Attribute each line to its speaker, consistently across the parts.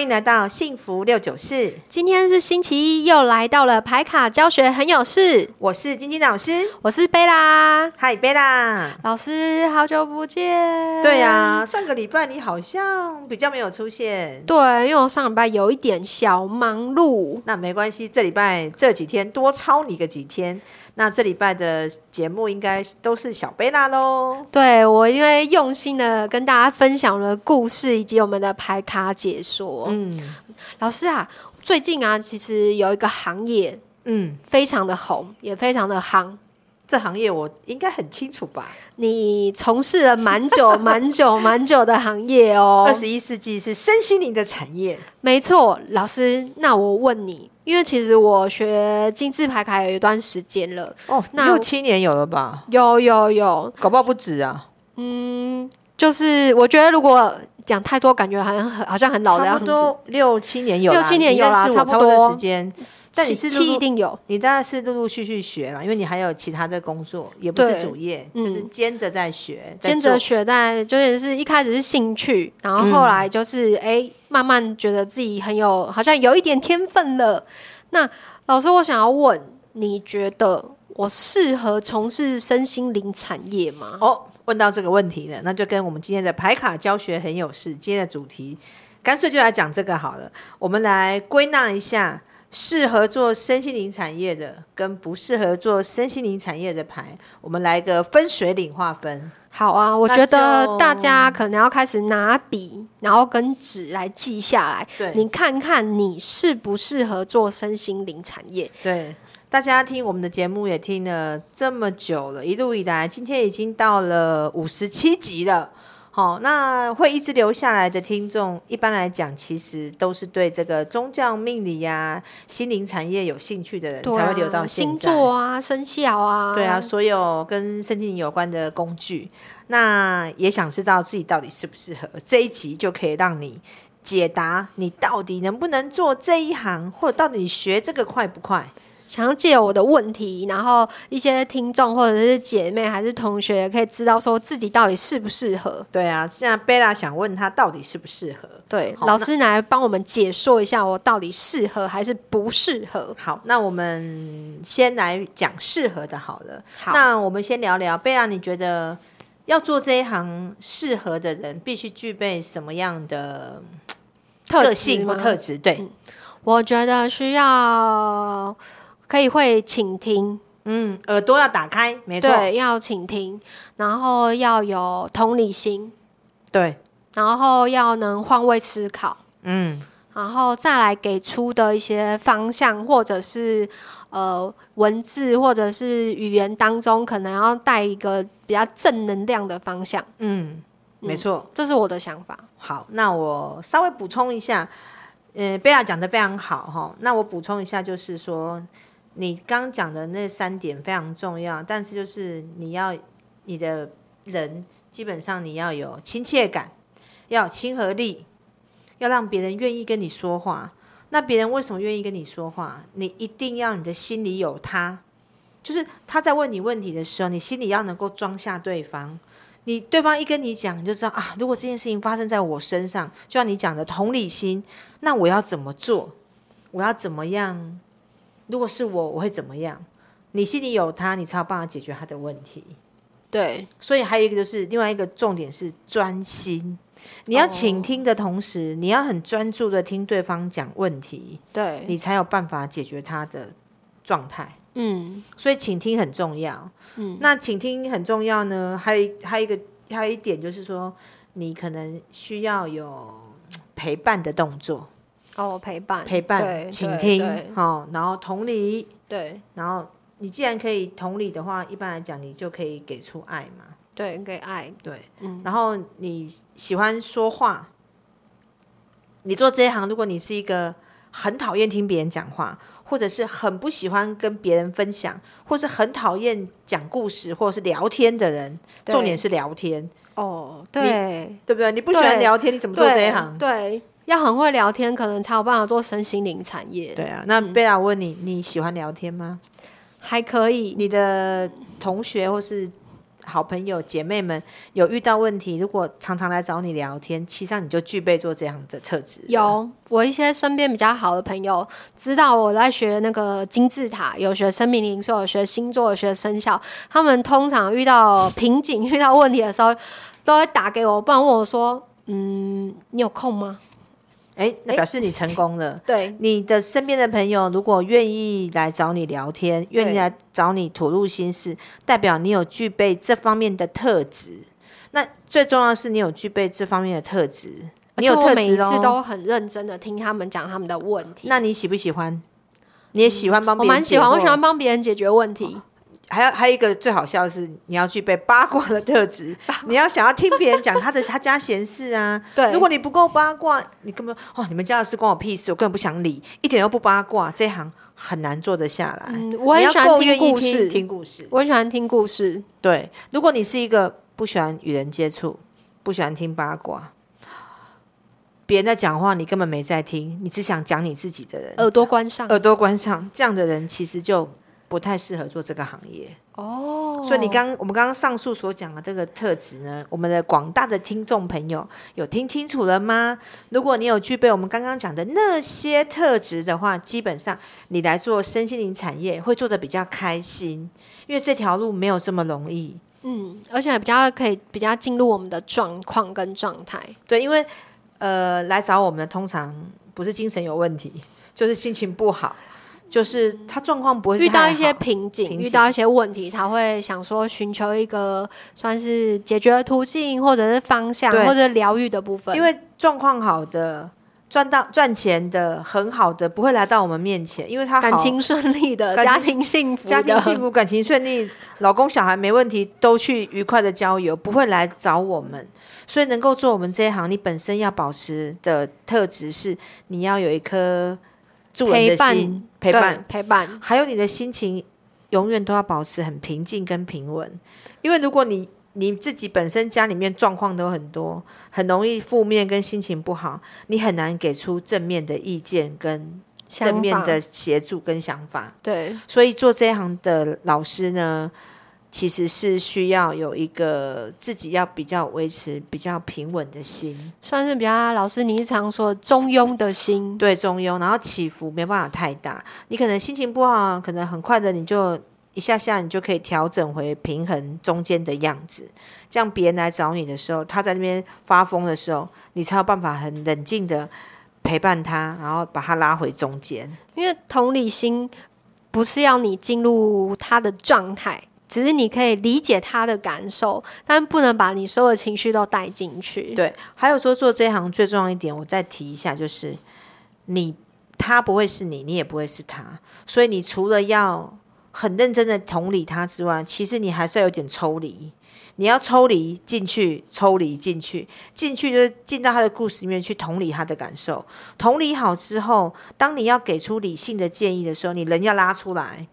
Speaker 1: 迎来到幸福六九四，
Speaker 2: 今天是星期一，又来到了排卡教学很有事，
Speaker 1: 我是晶晶老师，
Speaker 2: 我是贝拉
Speaker 1: 嗨贝拉。
Speaker 2: 老师，好久不见。
Speaker 1: 对呀、、上个礼拜你好像比较没有出现，
Speaker 2: 对，因为我上礼拜有一点小忙碌，
Speaker 1: 那没关系，这礼拜这几天多抄你个几天。那这礼拜的节目应该都是小贝拉喽。
Speaker 2: 对我因为用心的跟大家分享了故事以及我们的排卡解说。
Speaker 1: 嗯
Speaker 2: 老师啊，最近啊，其实有一个行业
Speaker 1: 嗯，
Speaker 2: 非常的红，也非常的夯。
Speaker 1: 这行业我应该很清楚吧？
Speaker 2: 你从事了蛮久、蛮久、蛮久的行业哦
Speaker 1: 二，十一世纪是身心灵的产业。
Speaker 2: 没错，老师，那我问你，因为其实我学金字牌卡有一段时间了，
Speaker 1: 哦，
Speaker 2: 那
Speaker 1: 六
Speaker 2: 我
Speaker 1: 七年有了吧？
Speaker 2: 有有有，
Speaker 1: 搞不好不止啊，
Speaker 2: 就是我觉得如果讲太多，感觉好像很好像很老的
Speaker 1: 差
Speaker 2: 样
Speaker 1: 不
Speaker 2: 子，
Speaker 1: 多六七年有啦，
Speaker 2: 六七年有啦
Speaker 1: 你认识我
Speaker 2: 差不
Speaker 1: 差
Speaker 2: 多
Speaker 1: 多时间。但你
Speaker 2: 气
Speaker 1: 是
Speaker 2: 气
Speaker 1: 陆
Speaker 2: 一
Speaker 1: 陆，
Speaker 2: 定有，
Speaker 1: 你当然是陆陆续续学嘛，因为你还有其他的工作，也不
Speaker 2: 对
Speaker 1: 是主业，
Speaker 2: 嗯
Speaker 1: 就是兼着在学，在
Speaker 2: 兼着
Speaker 1: 做
Speaker 2: 学在就是是一开始是兴趣，然后后
Speaker 1: 嗯
Speaker 2: 来就是哎、慢慢觉得自己很有，好像有一点天分了。那老师，我想要问，你觉得我适合从事身心灵产业吗？
Speaker 1: 哦，问到这个问题了，那就跟我们今天的牌卡教学很有事。今天的主题，干脆就来讲这个好了。我们来归纳一下，适合做身心灵产业的跟不适合做身心灵产业的牌，我们来个分水岭划分。
Speaker 2: 好啊，我
Speaker 1: 那
Speaker 2: 觉得
Speaker 1: 就
Speaker 2: 大家可能要开始拿笔，然后跟纸来记下来，
Speaker 1: 对，
Speaker 2: 你看看你适不适合做身心灵产业。
Speaker 1: 对，大家听我们的节目也听了这么久了，一路以来，今天已经到了五十七集了。好、那会一直留下来的听众，一般来讲，其实都是对这个宗教命理呀、心灵产业有兴趣的人
Speaker 2: 对
Speaker 1: 才
Speaker 2: 啊，
Speaker 1: 会留到现
Speaker 2: 星
Speaker 1: 在。
Speaker 2: 座啊，生肖啊，
Speaker 1: 对啊，所有跟身心灵有关的工具，那也想知道自己到底适不适合。这一集就可以让你解答你到底能不能做这一行，或者到底学这个快不快。
Speaker 2: 想要借我的问题，然后一些听众或者是姐妹还是同学，可以知道说自己到底适不适合。
Speaker 1: 对啊，现在贝拉想问他到底适不适合。
Speaker 2: 对，
Speaker 1: 好
Speaker 2: 老
Speaker 1: 那
Speaker 2: 师来帮我们解说一下，我到底适合还是不适合？
Speaker 1: 好，那我们先来讲适合的好了。
Speaker 2: 好，
Speaker 1: 那我们先聊聊贝拉，你觉得要做这一行，适合的人必须具备什么样的
Speaker 2: 特
Speaker 1: 个
Speaker 2: 质
Speaker 1: 性或
Speaker 2: 吗
Speaker 1: 特质？对，
Speaker 2: 我觉得需要可以会倾听，
Speaker 1: 嗯，耳朵要打开，没错，
Speaker 2: 对，要倾听，然后要有同理心，
Speaker 1: 对，
Speaker 2: 然后要能换位思考，
Speaker 1: 嗯，
Speaker 2: 然后再来给出的一些方向，或者是呃文字或者是语言当中，可能要带一个比较正能量的方向，
Speaker 1: 嗯，没错。
Speaker 2: 这是我的想法。
Speaker 1: 好，那我稍微补充一下，嗯，贝尔讲的非常好哈。那我补充一下，就是说你刚讲的那三点非常重要，但是就是你要你的人基本上你要有亲切感，要有亲和力，要让别人愿意跟你说话。那别人为什么愿意跟你说话？你一定要你的心里有他，就是他在问你问题的时候，你心里要能够装下对方。你对方一跟你讲，你就知道啊，如果这件事情发生在我身上，就像你讲的同理心，那我要怎么做？我要怎么样？如果是我，我会怎么样？你心里有他，你才有办法解决他的问题。
Speaker 2: 对，
Speaker 1: 所以还有一个就是另外一个重点是专心，你要倾听的同时，你要很专注的听对方讲问题，
Speaker 2: 对，
Speaker 1: 你才有办法解决他的状态。
Speaker 2: 嗯，
Speaker 1: 所以倾听很重要。
Speaker 2: 嗯，
Speaker 1: 那倾听很重要呢，还有一还有一个还有一点就是说，你可能需要有陪伴的动作，
Speaker 2: 哦，陪伴，
Speaker 1: 陪
Speaker 2: 对
Speaker 1: 伴、倾听，
Speaker 2: 对
Speaker 1: 哦，然后同理，
Speaker 2: 对
Speaker 1: 然后你既然可以同理的话，一般来讲你就可以给出爱嘛，
Speaker 2: 对，对给爱，
Speaker 1: 对，
Speaker 2: 嗯
Speaker 1: 然后你喜欢说话，你做这一行，如果你是一个很讨厌听别人讲话，或者是很不喜欢跟别人分享，或是很讨厌讲故事或者是聊天的人，
Speaker 2: 对
Speaker 1: 重点是聊天，
Speaker 2: 哦，对，
Speaker 1: 对不对？你不喜欢
Speaker 2: 对
Speaker 1: 聊天，你怎么做
Speaker 2: 对
Speaker 1: 这一行？
Speaker 2: 对，要很会聊天，可能才有办法做身心灵产业，
Speaker 1: 对啊，那贝拉我问你，你喜欢聊天吗？
Speaker 2: 还可以。
Speaker 1: 你的同学或是好朋友姐妹们有遇到问题，如果常常来找你聊天，其实上你就具备做这样的特质。，
Speaker 2: 有我一些身边比较好的朋友知道我在学那个金字塔，有学生命灵数，有学星座，有学生肖。他们通常遇到瓶颈、 遇到问题的时候，都会打给我，不然问我说：“嗯，你有空吗
Speaker 1: 哎，那
Speaker 2: 哎
Speaker 1: 表示你成功了。？”
Speaker 2: 对，
Speaker 1: 你的身边的朋友如果愿意来找你聊天，愿意
Speaker 2: 对
Speaker 1: 来找你吐露心事，代表你有具备这方面的特质。那最重要的是你有具备这方面的特质，
Speaker 2: 而
Speaker 1: 你
Speaker 2: 且
Speaker 1: 有
Speaker 2: 我
Speaker 1: 特
Speaker 2: 每
Speaker 1: 质
Speaker 2: 一次
Speaker 1: 哦。
Speaker 2: 都很认真的听他们讲他们的问题。
Speaker 1: 那你喜不喜欢？你也喜欢帮
Speaker 2: 嗯我
Speaker 1: 别人
Speaker 2: 蛮
Speaker 1: 解惑？
Speaker 2: 喜欢，我喜欢帮别人解决问
Speaker 1: 哦
Speaker 2: 题。
Speaker 1: 还有还有一个最好笑的是，你要具备八卦的特 质，你要想要听别人讲他的他家闲事啊。
Speaker 2: 对
Speaker 1: 如果你不够八卦，你根本哦，你们家的事关我屁事，我根本不想理，一点都不八卦，这一行很难做得下来。
Speaker 2: 嗯，我
Speaker 1: 你
Speaker 2: 很
Speaker 1: 要
Speaker 2: 喜欢
Speaker 1: 够
Speaker 2: 听
Speaker 1: 愿意
Speaker 2: 故
Speaker 1: 听
Speaker 2: 事，
Speaker 1: 听故事。
Speaker 2: 我很喜欢听故事。
Speaker 1: 对，如果你是一个不喜欢与人接触、不喜欢听八卦，别人在讲话你根本没在听，你只想讲你自己的人，
Speaker 2: 耳朵关上
Speaker 1: 耳朵关上，这样的人其实就不太适合做这个行业。
Speaker 2: 哦，
Speaker 1: 所以你刚我们刚刚上述所讲的这个特质呢，我们的广大的听众朋友有听清楚了吗？如果你有具备我们刚刚讲的那些特质的话，基本上你来做身心灵产业会做的比较开心，因为这条路没有这么容易。
Speaker 2: 嗯，而且比较可以比较进入我们的状况跟状态。
Speaker 1: 对，因为呃，来找我们的通常不是精神有问题，就是心情不好，就是他状况不会是
Speaker 2: 遇到
Speaker 1: 太
Speaker 2: 一些
Speaker 1: 好
Speaker 2: 瓶
Speaker 1: 瓶
Speaker 2: 颈，遇
Speaker 1: 颈
Speaker 2: 到一些问题，才会想说寻求一个算是解决的途径，或者是方向，
Speaker 1: 对
Speaker 2: 或者是疗愈的部分。
Speaker 1: 因为状况好的。赚到赚钱的很好的不会来到我们面前，因为他好
Speaker 2: 感情顺利的，
Speaker 1: 感
Speaker 2: 家
Speaker 1: 情
Speaker 2: 庭幸福的，
Speaker 1: 家庭幸 福、感情顺利，老公小孩没问题，都去愉快的郊游，不会来找我们。所以能够做我们这一行，你本身要保持的特质是，你要有一颗助人
Speaker 2: 陪
Speaker 1: 的
Speaker 2: 伴
Speaker 1: 心，陪
Speaker 2: 对
Speaker 1: 伴，
Speaker 2: 陪伴，
Speaker 1: 还有你的心情永远都要保持很平静跟平稳。因为如果你你自己本身家里面状况都很多，很容易负面跟心情不好，你很难给出正面的意见跟正
Speaker 2: 想
Speaker 1: 面
Speaker 2: 法
Speaker 1: 的协助跟想法。
Speaker 2: 对
Speaker 1: 所以做这一行的老师呢，其实是需要有一个自己要比较维持比较平稳的心，
Speaker 2: 算是比较老师你常说中庸的心，
Speaker 1: 对中庸，然后起伏没办法太大。你可能心情不好，可能很快的你就一下下你就可以调整回平衡中间的样子。这样别人来找你的时候，他在那边发疯的时候，你才有办法很冷静的陪伴他，然后把他拉回中间。
Speaker 2: 因为同理心不是要你进入他的状态，只是你可以理解他的感受，但不能把你所有的情绪都带进去。
Speaker 1: 对，还有说做这一行最重要一点，我再提一下，就是你他不会是你，你也不会是他，所以你除了要很认真的同理他之外，其实你还是要有点抽离。你要抽离进去，抽离进去，进去就是进到他的故事里面去同理他的感受。同理好之后，当你要给出理性的建议的时候，你人要拉出来，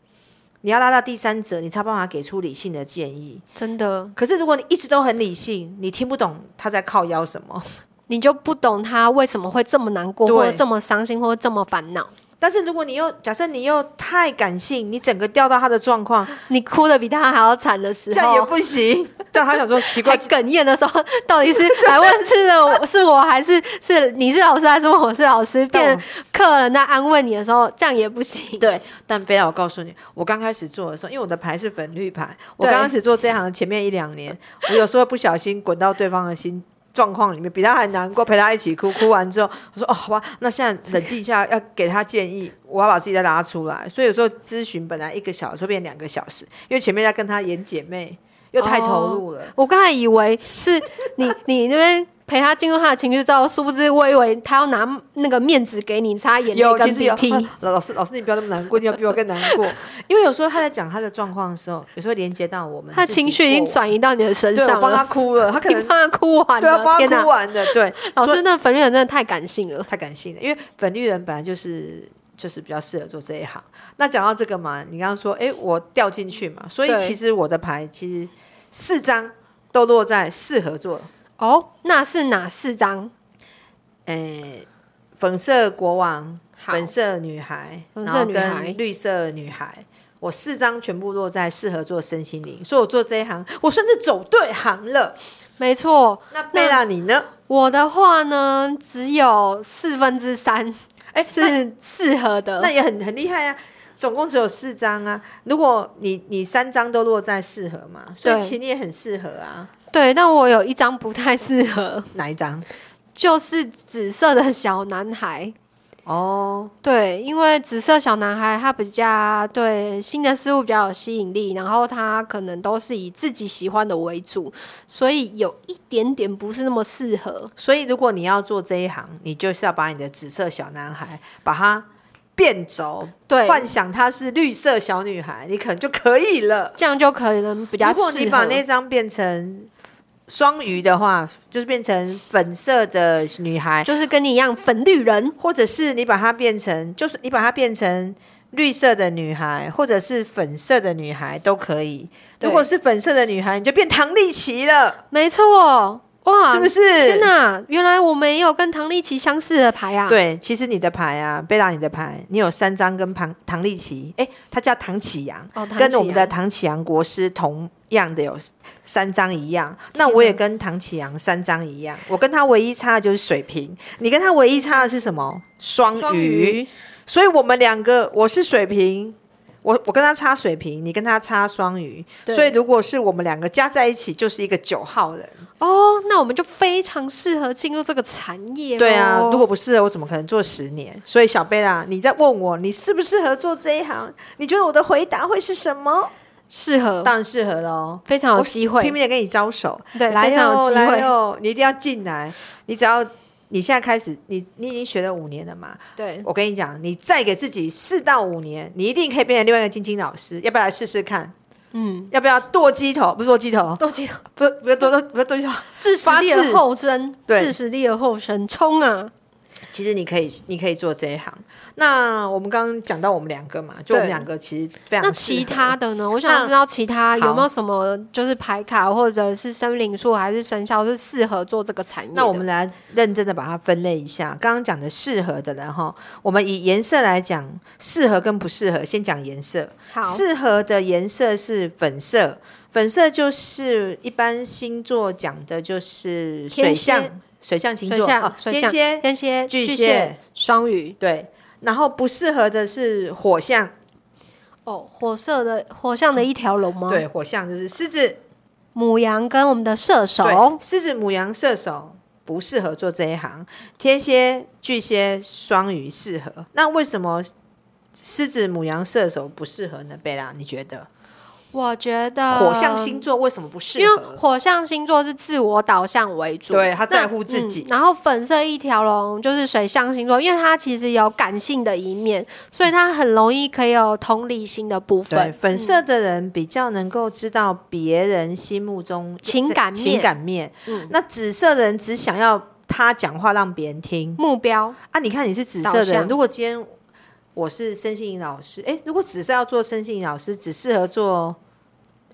Speaker 1: 你要拉到第三者，你才有办法给出理性的建议。
Speaker 2: 真的，
Speaker 1: 可是如果你一直都很理性，你听不懂他在靠腰什么。
Speaker 2: 你就不懂他为什么会这么难过，
Speaker 1: 对
Speaker 2: 或者这么伤心，或者这么烦恼。
Speaker 1: 但是如果你又假设你又太感性，你整个掉到他的状况，
Speaker 2: 你哭的比他还要惨的 时
Speaker 1: 这样也
Speaker 2: 候，
Speaker 1: 不 行。但他想说奇怪，
Speaker 2: 还哽咽的时候，到底是 来问是的我是我还是是你是老师还是我是老师？变客人在安慰你的时候，这样也不行。
Speaker 1: 对，但贝拉，我告诉你，我刚开始做的时候，因为我的牌是粉绿牌，我
Speaker 2: 对
Speaker 1: 刚开始做这行前面一两年，我有时候会不小心滚到对方的心状况里面，比他还难过，陪他一起哭，哭完之后，我说哦，好吧，那现在冷静一下，要给他建议，我要把自己再拉出来。所以有时候咨询本来一个小时会变两个小时，因为前面在跟他演姐妹，又太投入 了。
Speaker 2: 我刚才以为是你你那边陪他进入他的情绪之后，殊不知我以为他要拿那个面子给你擦眼泪
Speaker 1: 有，
Speaker 2: 跟
Speaker 1: 其实
Speaker 2: 鼻
Speaker 1: 有。嗯
Speaker 2: 涕。
Speaker 1: 老老师，老师，你不要那么难过，你要比我更难 过。因为有时候他在讲他的状况的时候，有时候连接到我们
Speaker 2: 他的
Speaker 1: 自己
Speaker 2: 情绪已经
Speaker 1: 过
Speaker 2: 转移到你的身
Speaker 1: 对，我
Speaker 2: 上
Speaker 1: 帮他
Speaker 2: 了，
Speaker 1: 哭了，他可
Speaker 2: 你
Speaker 1: 能
Speaker 2: 帮他哭完
Speaker 1: 对啊，
Speaker 2: 了，
Speaker 1: 帮
Speaker 2: 天
Speaker 1: 他
Speaker 2: 哪
Speaker 1: 哭！完的，对，
Speaker 2: 老
Speaker 1: 所以
Speaker 2: 师，那粉绿人真的太感性了。
Speaker 1: 太感性了，因为粉绿人本来就是就是比较适合做这一行。那讲到这个嘛，你刚刚说，哎，我掉进去嘛，所以
Speaker 2: 对
Speaker 1: 其实我的牌其实四张都落在适合做，
Speaker 2: 哦，那是哪四张？
Speaker 1: 诶，粉色国王、
Speaker 2: 好
Speaker 1: 粉色女孩，
Speaker 2: 粉
Speaker 1: 然
Speaker 2: 色
Speaker 1: 后
Speaker 2: 女孩
Speaker 1: 跟绿色女孩。我四张全部落在适合做身心灵，所以我做这一行，我算是走对行了。
Speaker 2: 没错，
Speaker 1: 那贝拉你呢？
Speaker 2: 我的话呢，只有四分之 三
Speaker 1: 哎，那
Speaker 2: 是适合的。
Speaker 1: 那也很很厉害啊，总共只有四张啊。如果你你三张都落在适合嘛，所以
Speaker 2: 对
Speaker 1: 其实你也很适合啊。
Speaker 2: 对，但我有一张不太适合，
Speaker 1: 哪一张？
Speaker 2: 就是紫色的小男孩。
Speaker 1: 哦，
Speaker 2: 对，因为紫色小男孩他比较对新的事物比较有吸引力，然后他可能都是以自己喜欢的为主，所以有一点点不是那么适合。
Speaker 1: 所以如果你要做这一行，你就是要把你的紫色小男孩把它变走，
Speaker 2: 对，
Speaker 1: 幻想他是绿色小女孩，你可能就可以了。
Speaker 2: 这样就可能比较
Speaker 1: 如
Speaker 2: 适合。
Speaker 1: 果你把那张变成双鱼的话，就是变成粉色的女孩，
Speaker 2: 就是跟你一样粉绿人，
Speaker 1: 或者是你把它变成，就是你把它变成绿色的女孩，或者是粉色的女孩都可以。
Speaker 2: 对
Speaker 1: 如果是粉色的女孩，你就变唐丽奇了，
Speaker 2: 没错，哇，
Speaker 1: 是不是？
Speaker 2: 天哪，原来我们也有跟唐丽奇相似的牌啊！，
Speaker 1: 对，其实你的牌啊，贝拉，你的牌，你有三张跟唐唐丽奇，诶，他叫唐启阳，
Speaker 2: 哦，唐
Speaker 1: 跟
Speaker 2: 启
Speaker 1: 我们的
Speaker 2: 阳
Speaker 1: 唐启阳国师同样的有三张一样。那
Speaker 2: 天
Speaker 1: 我
Speaker 2: 哪
Speaker 1: 也跟唐启阳三张一样，我跟他唯一差的就是水瓶，你跟他唯一差的是什么？双
Speaker 2: 双
Speaker 1: 鱼。
Speaker 2: 鱼，
Speaker 1: 所以我们两个，我是水瓶，我我跟他差水瓶，你跟他差双鱼，
Speaker 2: 对
Speaker 1: 所以如果是我们两个加在一起，就是一个九号人。
Speaker 2: 哦，那我们就非常适合进入这个产业。
Speaker 1: 对啊，如果不是我怎么可能做十年？所以小贝啦，你在问我你适不适合做这一行？你觉得我的回答会是什么？
Speaker 2: 适合，
Speaker 1: 当然适合喽。
Speaker 2: 非常有
Speaker 1: 我
Speaker 2: 哦机会
Speaker 1: 拼，命的跟你招手，
Speaker 2: 对，
Speaker 1: 来
Speaker 2: 非常有
Speaker 1: 哟
Speaker 2: 机
Speaker 1: 来哦
Speaker 2: 会，
Speaker 1: 哟，你一定要进来。你只要你现在开始，你你已经学了五年了嘛，
Speaker 2: 对，
Speaker 1: 我跟你讲，你再给自己四到五年，你一定可以变成另外一个晶晶老师。要不要来试试看？
Speaker 2: 嗯，
Speaker 1: 要不要剁鸡头？不是剁鸡头，
Speaker 2: 都哦记得
Speaker 1: 不是不是剁剁不是剁鸡头。
Speaker 2: 置实力而后生，
Speaker 1: 对
Speaker 2: 置实力而后生，冲啊！
Speaker 1: 其实你可以，你可以做这一行。那我们刚刚讲到我们两个嘛，就我们
Speaker 2: 对
Speaker 1: 两个其实非常
Speaker 2: 那
Speaker 1: 适合
Speaker 2: 其他的呢？我想
Speaker 1: 那
Speaker 2: 知道其他有没
Speaker 1: 好
Speaker 2: 有什么就是牌卡或者是生灵数还是生肖是适合做这个产业的？
Speaker 1: 那我们来认真的把它分类一下。刚刚讲的适合的人哈，我们以颜色来讲，适合跟不适合，先讲颜色。
Speaker 2: 好
Speaker 1: 适合的颜色是粉色，粉色就是一般星座讲的就是水
Speaker 2: 天蝎
Speaker 1: 象，水象星
Speaker 2: 水
Speaker 1: 座
Speaker 2: 象
Speaker 1: 啊，
Speaker 2: 水
Speaker 1: 天
Speaker 2: 象
Speaker 1: 蝎
Speaker 2: 天蝎、
Speaker 1: 巨
Speaker 2: 巨
Speaker 1: 蟹
Speaker 2: 蟹、双鱼。
Speaker 1: 对。然后不适合的是火象，
Speaker 2: 哦，火色的火象的一条龙吗？，
Speaker 1: 对，火象就是狮子，
Speaker 2: 母羊跟我们的射
Speaker 1: 对
Speaker 2: 手，，
Speaker 1: 狮子、母羊、射手不适合做这一行，天蝎、巨蟹、双鱼适合。那为什么狮子、母羊、射手不适合呢？贝拉，你觉得
Speaker 2: 我觉得
Speaker 1: 火象星座为什么不适
Speaker 2: 呃因为
Speaker 1: 合？
Speaker 2: 火象星座是自我导向为主，
Speaker 1: 对他
Speaker 2: 那
Speaker 1: 在乎自己
Speaker 2: 嗯然后粉色一条龙就是水象星座，因为它其实有感性的一面，所以它很容易可以有同理心的部
Speaker 1: 对，
Speaker 2: 分。
Speaker 1: 粉色的人比较能够知道别人心目中
Speaker 2: 情感面
Speaker 1: 情感面。
Speaker 2: 嗯
Speaker 1: 那紫色的人只想要他讲话让别人听
Speaker 2: 目标
Speaker 1: 啊！你看你是紫色的
Speaker 2: 导
Speaker 1: 人，
Speaker 2: 向
Speaker 1: 如果今天我是身心灵老师，诶，如果紫色要做身心灵老师，只适合做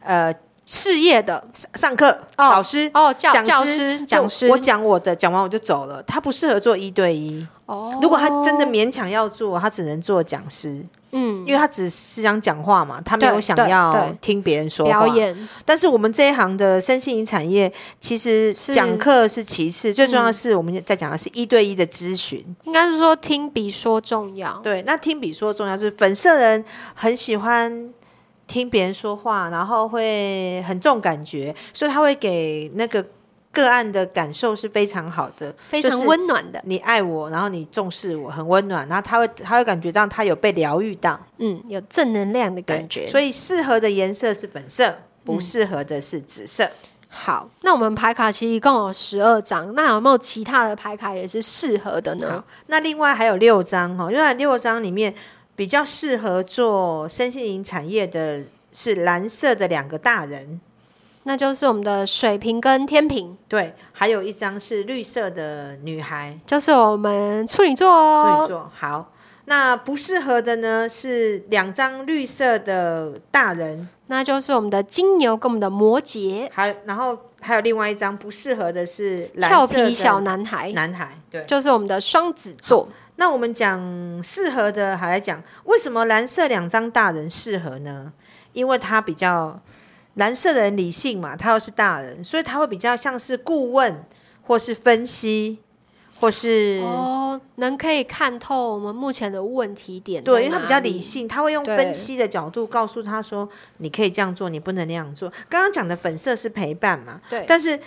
Speaker 1: 呃
Speaker 2: 事业的
Speaker 1: 上上课、
Speaker 2: 哦
Speaker 1: 老师。
Speaker 2: 哦，教
Speaker 1: 讲师
Speaker 2: 教师讲师，
Speaker 1: 就我讲我的，讲完我就走了。他不适合做一对一。
Speaker 2: 哦，
Speaker 1: 如果他真的勉强要做，他只能做讲师，
Speaker 2: 嗯
Speaker 1: 因为他只是想讲话嘛，他没有
Speaker 2: 对
Speaker 1: 想
Speaker 2: 对
Speaker 1: 要
Speaker 2: 对
Speaker 1: 听别人说话
Speaker 2: 表。演
Speaker 1: 但是我们这一行的身心灵产业，其实
Speaker 2: 是嗯
Speaker 1: 讲课是其次，最重要的是我们在讲的是一对一的咨询。
Speaker 2: 应该是说听比说重要，
Speaker 1: 对，那听比说重要，就是粉色人很喜欢听别人说话，然后会很重感觉，所以他会给那个个案的感受是非常好的，
Speaker 2: 非
Speaker 1: 就
Speaker 2: 常
Speaker 1: 是
Speaker 2: 温暖的，
Speaker 1: 你爱我，然后你重视我，很温暖，然后他会他会感觉到他有被疗愈到
Speaker 2: 嗯，有正能量的感觉。嗯
Speaker 1: 所以适合的颜色是粉色，不适合的是紫色。
Speaker 2: 好，那我们牌卡其实一共有十二张，那有没有其他的牌卡也是适合的呢
Speaker 1: 好？那另外还有六张哈，因为六张里面比较适合做身心灵产业的是蓝色的两个大人，
Speaker 2: 那就是我们的水瓶跟天平，
Speaker 1: 对，还有一张是绿色的女孩，
Speaker 2: 就是我们处女座
Speaker 1: 处女
Speaker 2: 哦。
Speaker 1: 座。好，那不适合的呢是两张绿色的大人，
Speaker 2: 那就是我们的金牛跟我们的摩羯，
Speaker 1: 还然后还有另外一张不适合的是蓝
Speaker 2: 俏
Speaker 1: 色的
Speaker 2: 皮小男孩，
Speaker 1: 男孩，对。
Speaker 2: 就是我们的双子座。
Speaker 1: 那我们讲适合的，还来讲为什么蓝色两张大人适合呢？因为他比较蓝色的人理性嘛，他又是大人，所以他会比较像是顾问，或是分析，或是、
Speaker 2: 哦，能可以看透我们目前的问题点。
Speaker 1: 对，因为他比较理。性，他会用
Speaker 2: 对
Speaker 1: 分析的角度告诉他说，你可以这样做，你不能那样做。刚刚讲的粉色是陪伴嘛，
Speaker 2: 对，
Speaker 1: 但是，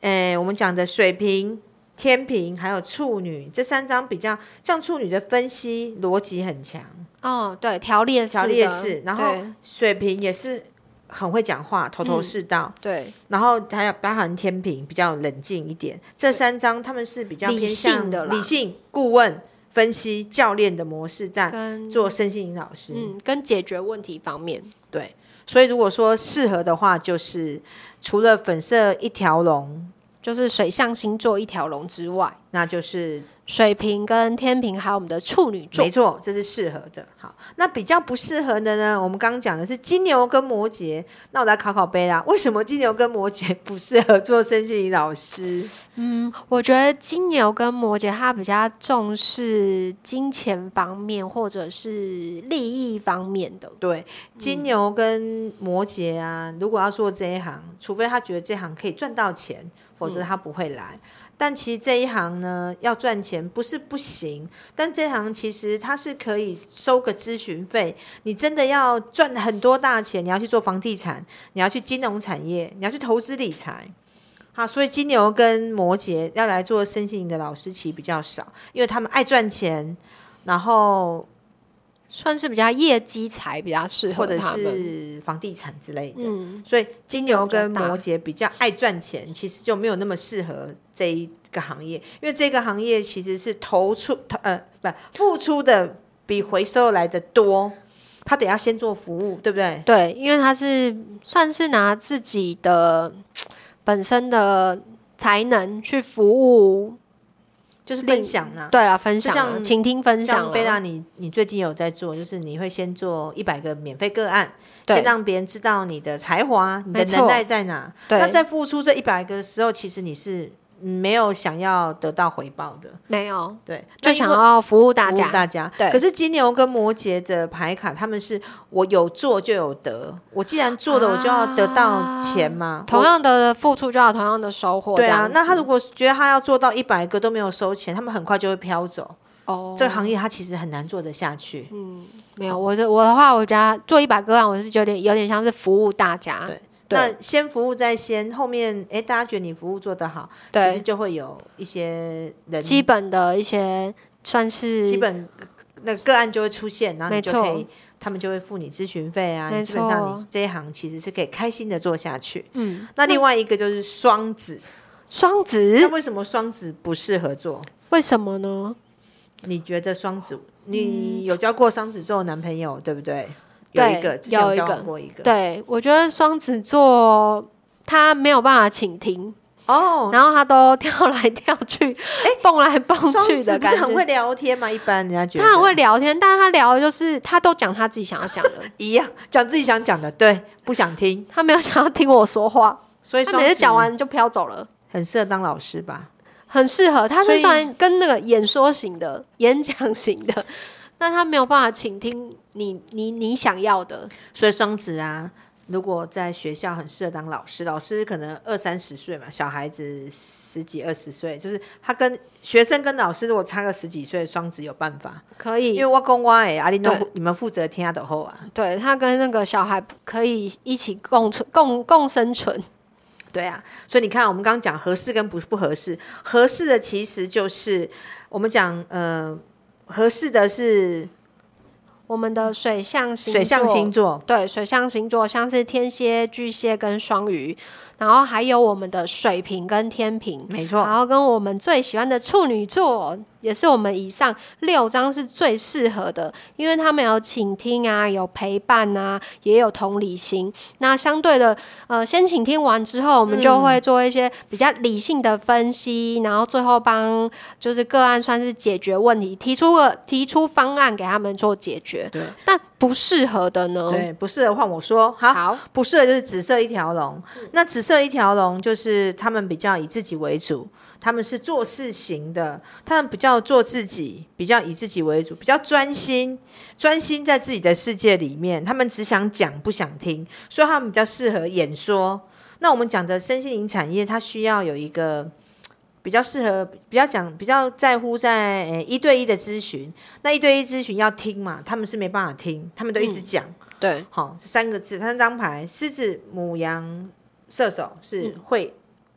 Speaker 1: 呃，我们讲的水瓶、天平还有处女这三张比较，像处女的分析逻辑很强，
Speaker 2: 哦，对，条列式的，
Speaker 1: 条列式，然后
Speaker 2: 对嗯
Speaker 1: 水瓶也是很会讲话，头头是道，
Speaker 2: 对
Speaker 1: 然后还有包含天平比较冷静一点。这三张他们是比较
Speaker 2: 理
Speaker 1: 偏向
Speaker 2: 性的啦
Speaker 1: 理性顾问、分析教练的模式在
Speaker 2: 跟
Speaker 1: 做身心灵老师，
Speaker 2: 嗯跟解决问题方面，
Speaker 1: 对。所以如果说适合的话，就是除了粉色一条龙，
Speaker 2: 就是水象星座一条龙之外，
Speaker 1: 那就是
Speaker 2: 水瓶跟天平还有我们的处女座
Speaker 1: 没，错，这是适合的。好，那比较不适合的呢？我们刚刚讲的是金牛跟摩羯，那我来考考贝拉，为什么金牛跟摩羯 不适合做身心灵老师？
Speaker 2: 嗯我觉得金牛跟摩羯他比较重视金钱方面或者是利益方面的，
Speaker 1: 对，金牛跟摩羯啊，如果要做这一行，除非他觉得这行可以赚到钱，否则他不会来。但其实这一行呢，要赚钱不是不行，但这行其实它是可以收个咨询费。你真的要赚很多大钱，你要去做房地产，你要去金融产业，你要去投资理财。好，所以金牛跟摩羯要来做身心灵的老师，其实比较少，因为他们爱赚钱，然后
Speaker 2: 算是比较业绩才比较适
Speaker 1: 或
Speaker 2: 合
Speaker 1: 者
Speaker 2: 他们。
Speaker 1: 是房地产之类的。
Speaker 2: 嗯，
Speaker 1: 所以金牛跟
Speaker 2: 比较大
Speaker 1: 摩羯比较爱赚钱，其实就没有那么适合这一个行业，因为这个行业其实是投出投呃不付出的比回收来的多，他得要先做服务，对不对？
Speaker 2: 对，因为他是算是拿自己的本身的才能去服务，
Speaker 1: 就是分享啦、
Speaker 2: 对啦，分享
Speaker 1: 就
Speaker 2: 啊，
Speaker 1: 像
Speaker 2: 倾听分享
Speaker 1: 像贝
Speaker 2: 啊，
Speaker 1: 拉你，你最近有在做，就是你会先做一百个免费个案，
Speaker 2: 对
Speaker 1: 先让别人知道你的才华、你的
Speaker 2: 没错
Speaker 1: 能耐在哪。那
Speaker 2: 对，
Speaker 1: 在付出这一百个的时候，其实你是没有想要得到回报的，
Speaker 2: 没有
Speaker 1: 对，那
Speaker 2: 就
Speaker 1: 因
Speaker 2: 想
Speaker 1: 为
Speaker 2: 要服务大
Speaker 1: 服务
Speaker 2: 家，
Speaker 1: 大家。
Speaker 2: 对
Speaker 1: 可是金牛跟摩羯的牌卡，他们是我有做就有得，我既然做了，我就要得到钱嘛。
Speaker 2: 啊同样的付出就要有同样的收获，
Speaker 1: 我。对
Speaker 2: 这
Speaker 1: 啊
Speaker 2: 样，
Speaker 1: 那他
Speaker 2: 子
Speaker 1: 如果觉得他要做到一百个都没有收钱，他们很快就会飘走。
Speaker 2: 哦，嗯
Speaker 1: 这个行业他其实很难做得下去。
Speaker 2: 没有，我的我的话，我觉得做一百个案，我是有点有点像是服务大家，
Speaker 1: 对
Speaker 2: 对
Speaker 1: 那先服务在先，后面诶，大家觉得你服务做得好，其实
Speaker 2: 对，
Speaker 1: 就会有一些人
Speaker 2: 基本的一些算是
Speaker 1: 基本那个案就会出现，然后你
Speaker 2: 嗯没
Speaker 1: 就
Speaker 2: 错
Speaker 1: 可以，他们就会付你咨询费啊。
Speaker 2: 没
Speaker 1: 基本上
Speaker 2: 错
Speaker 1: 你这一行其实是可以开心的做下去。
Speaker 2: 嗯，
Speaker 1: 那另外一个就是双子，
Speaker 2: 双
Speaker 1: 那
Speaker 2: 子
Speaker 1: 为什么双子不适合做？
Speaker 2: 为什么呢？
Speaker 1: 你觉得双子，你有交过双子座的男朋友，对不对？有
Speaker 2: 嗯对
Speaker 1: 一个，之前有
Speaker 2: 有一
Speaker 1: 交
Speaker 2: 个
Speaker 1: 往过一个。
Speaker 2: 对，我觉得双子座他没有办法倾听，
Speaker 1: 哦，哎
Speaker 2: 然后他都跳来跳去，蹦来蹦
Speaker 1: 双
Speaker 2: 去
Speaker 1: 子
Speaker 2: 的
Speaker 1: 不
Speaker 2: 感
Speaker 1: 是很会
Speaker 2: 觉。
Speaker 1: 聊天吗？一般人家觉得，
Speaker 2: 他很会聊天，但是他聊的就是他都讲他自己想要讲的
Speaker 1: 一样讲自己想讲的，对，不想听，
Speaker 2: 他没有想要听我说话，
Speaker 1: 所以
Speaker 2: 他
Speaker 1: 双
Speaker 2: 每次
Speaker 1: 子
Speaker 2: 讲完就飘走了。
Speaker 1: 很适合当老师吧？
Speaker 2: 很适合，他
Speaker 1: 所以
Speaker 2: 是算跟那个演说型的、演讲型的， 但他没有办法倾听你、你、你想要的。
Speaker 1: 所以双子啊，如果在学校很适合当老师，老师可能二三十岁嘛，小孩子十几二十岁，就是他跟学生跟老师如果差个十几岁，双子有办法。
Speaker 2: 可
Speaker 1: 因
Speaker 2: 以
Speaker 1: 为，我讲我诶，啊，你都
Speaker 2: 对
Speaker 1: 你们负责听他的后啊。
Speaker 2: 对他跟那个小孩可以一起共存、共共生存。
Speaker 1: 对啊，所以你看，我们刚刚讲合适跟不不合适，合适的其实就是我们讲，呃，合适的是
Speaker 2: 我们的水象星座
Speaker 1: 水象星座，
Speaker 2: 对水象星座，像是天蝎、巨蟹跟双鱼，然后还有我们的水瓶跟天平。
Speaker 1: 没错。
Speaker 2: 然后跟我们最喜欢的处女座，也是我们以上六张是最适合的，因为他们有倾听啊，有陪伴啊，也有同理心。那相对的，呃，先倾听完之后，我们就会做一些比较理性的分析，然后最后帮就是个案算是解决问题，提出个提出方案给他们做解决。
Speaker 1: 对
Speaker 2: 但不适合的呢？啊
Speaker 1: 对，不适合换我说。好，
Speaker 2: 好，
Speaker 1: 不适合就是紫色一条龙。那紫色一条龙就是他们比较以自己为主，他们是做事型的，他们比较做自己，比较以自己为主，比较专心，专心在自己的世界里面。他们只想讲，不想听，所以他们比较适合演说。那我们讲的身心灵产业，它需要有一个。比较适合，比较讲，比较在乎在呃一对一的咨询。那一对一咨询要听嘛，他们是没办法听，他们都一直讲。
Speaker 2: 对，
Speaker 1: 好、这三个字，三张牌，狮子、母羊、射手是会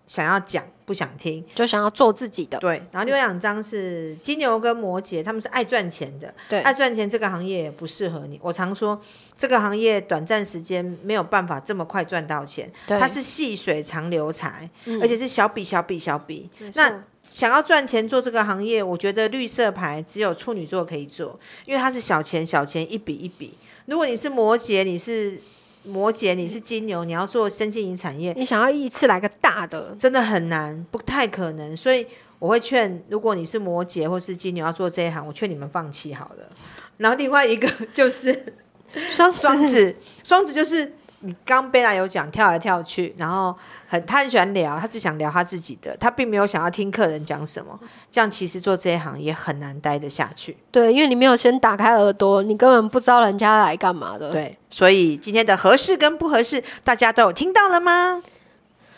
Speaker 1: 想要讲，不想听。
Speaker 2: 就想要做自己的，
Speaker 1: 对，然后另外两张是金牛跟摩羯，他们是爱赚钱的，
Speaker 2: 对啊
Speaker 1: 爱赚钱这个行业也不适合你。我常说，这个行业短暂时间没有办法这么快赚到钱，
Speaker 2: 对
Speaker 1: 它是细水长流财，
Speaker 2: 嗯
Speaker 1: 而且是小笔小笔小笔。
Speaker 2: 没错
Speaker 1: 那想要赚钱做这个行业，我觉得绿色牌只有处女座可以做，因为它是小钱小钱一笔一笔。如果你是摩羯，你是摩羯，你是金牛，你要做身心灵产业，
Speaker 2: 你想要一次来个大的，
Speaker 1: 真的很难，不太可能。所以我会劝，如果你是摩羯或是金牛要做这一行，我劝你们放弃好了。然后另外一个就是
Speaker 2: 双
Speaker 1: 双
Speaker 2: 子，
Speaker 1: 子，双子就是你刚贝拉有讲跳来跳去，然后很他很喜欢聊，他只想聊他自己的，他并没有想要听客人讲什么。这样其实做这一行也很难待得下去。
Speaker 2: 对，因为你没有先打开耳朵，你根本不知道人家来干嘛的。
Speaker 1: 对，所以今天的合适跟不合适，大家都有听到了吗？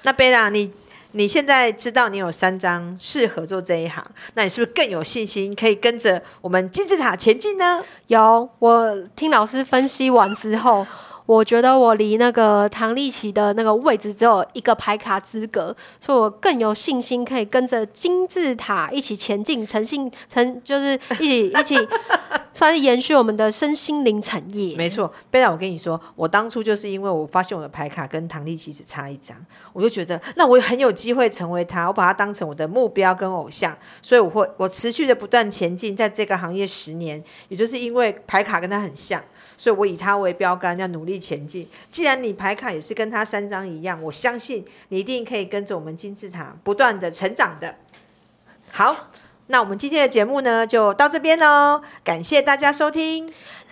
Speaker 1: 那贝拉，你你现在知道你有三张适合做这一行，那你是不是更有信心可以跟着我们金字塔前进呢？
Speaker 2: 有，我听老师分析完之后，我觉得我离那个唐立奇的那个位置只有一个牌卡资格，所以我更有信心可以跟着金字塔一起前进，诚信诚就是一起 一起，算是延续我们的身心灵产业。
Speaker 1: 没错，贝拉，我跟你说，我当初就是因为我发现我的牌卡跟唐立奇只差一张，我就觉得那我很有机会成为他，我把他当成我的目标跟偶像，所以我会我持续的不断前进，在这个行业十年，也就是因为牌卡跟他很像，所以我以他为标杆，要努力前进。既然你牌卡也是跟他三张一样，我相信你一定可以跟着我们金字塔不断的成长的。好。那我们今天的节目呢，就到这边喽，感谢大家收听。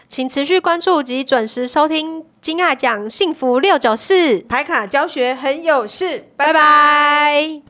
Speaker 2: 请持续关注及准时收听金爱讲幸福六九四，
Speaker 1: 牌卡教学很有事，拜拜。
Speaker 2: 拜拜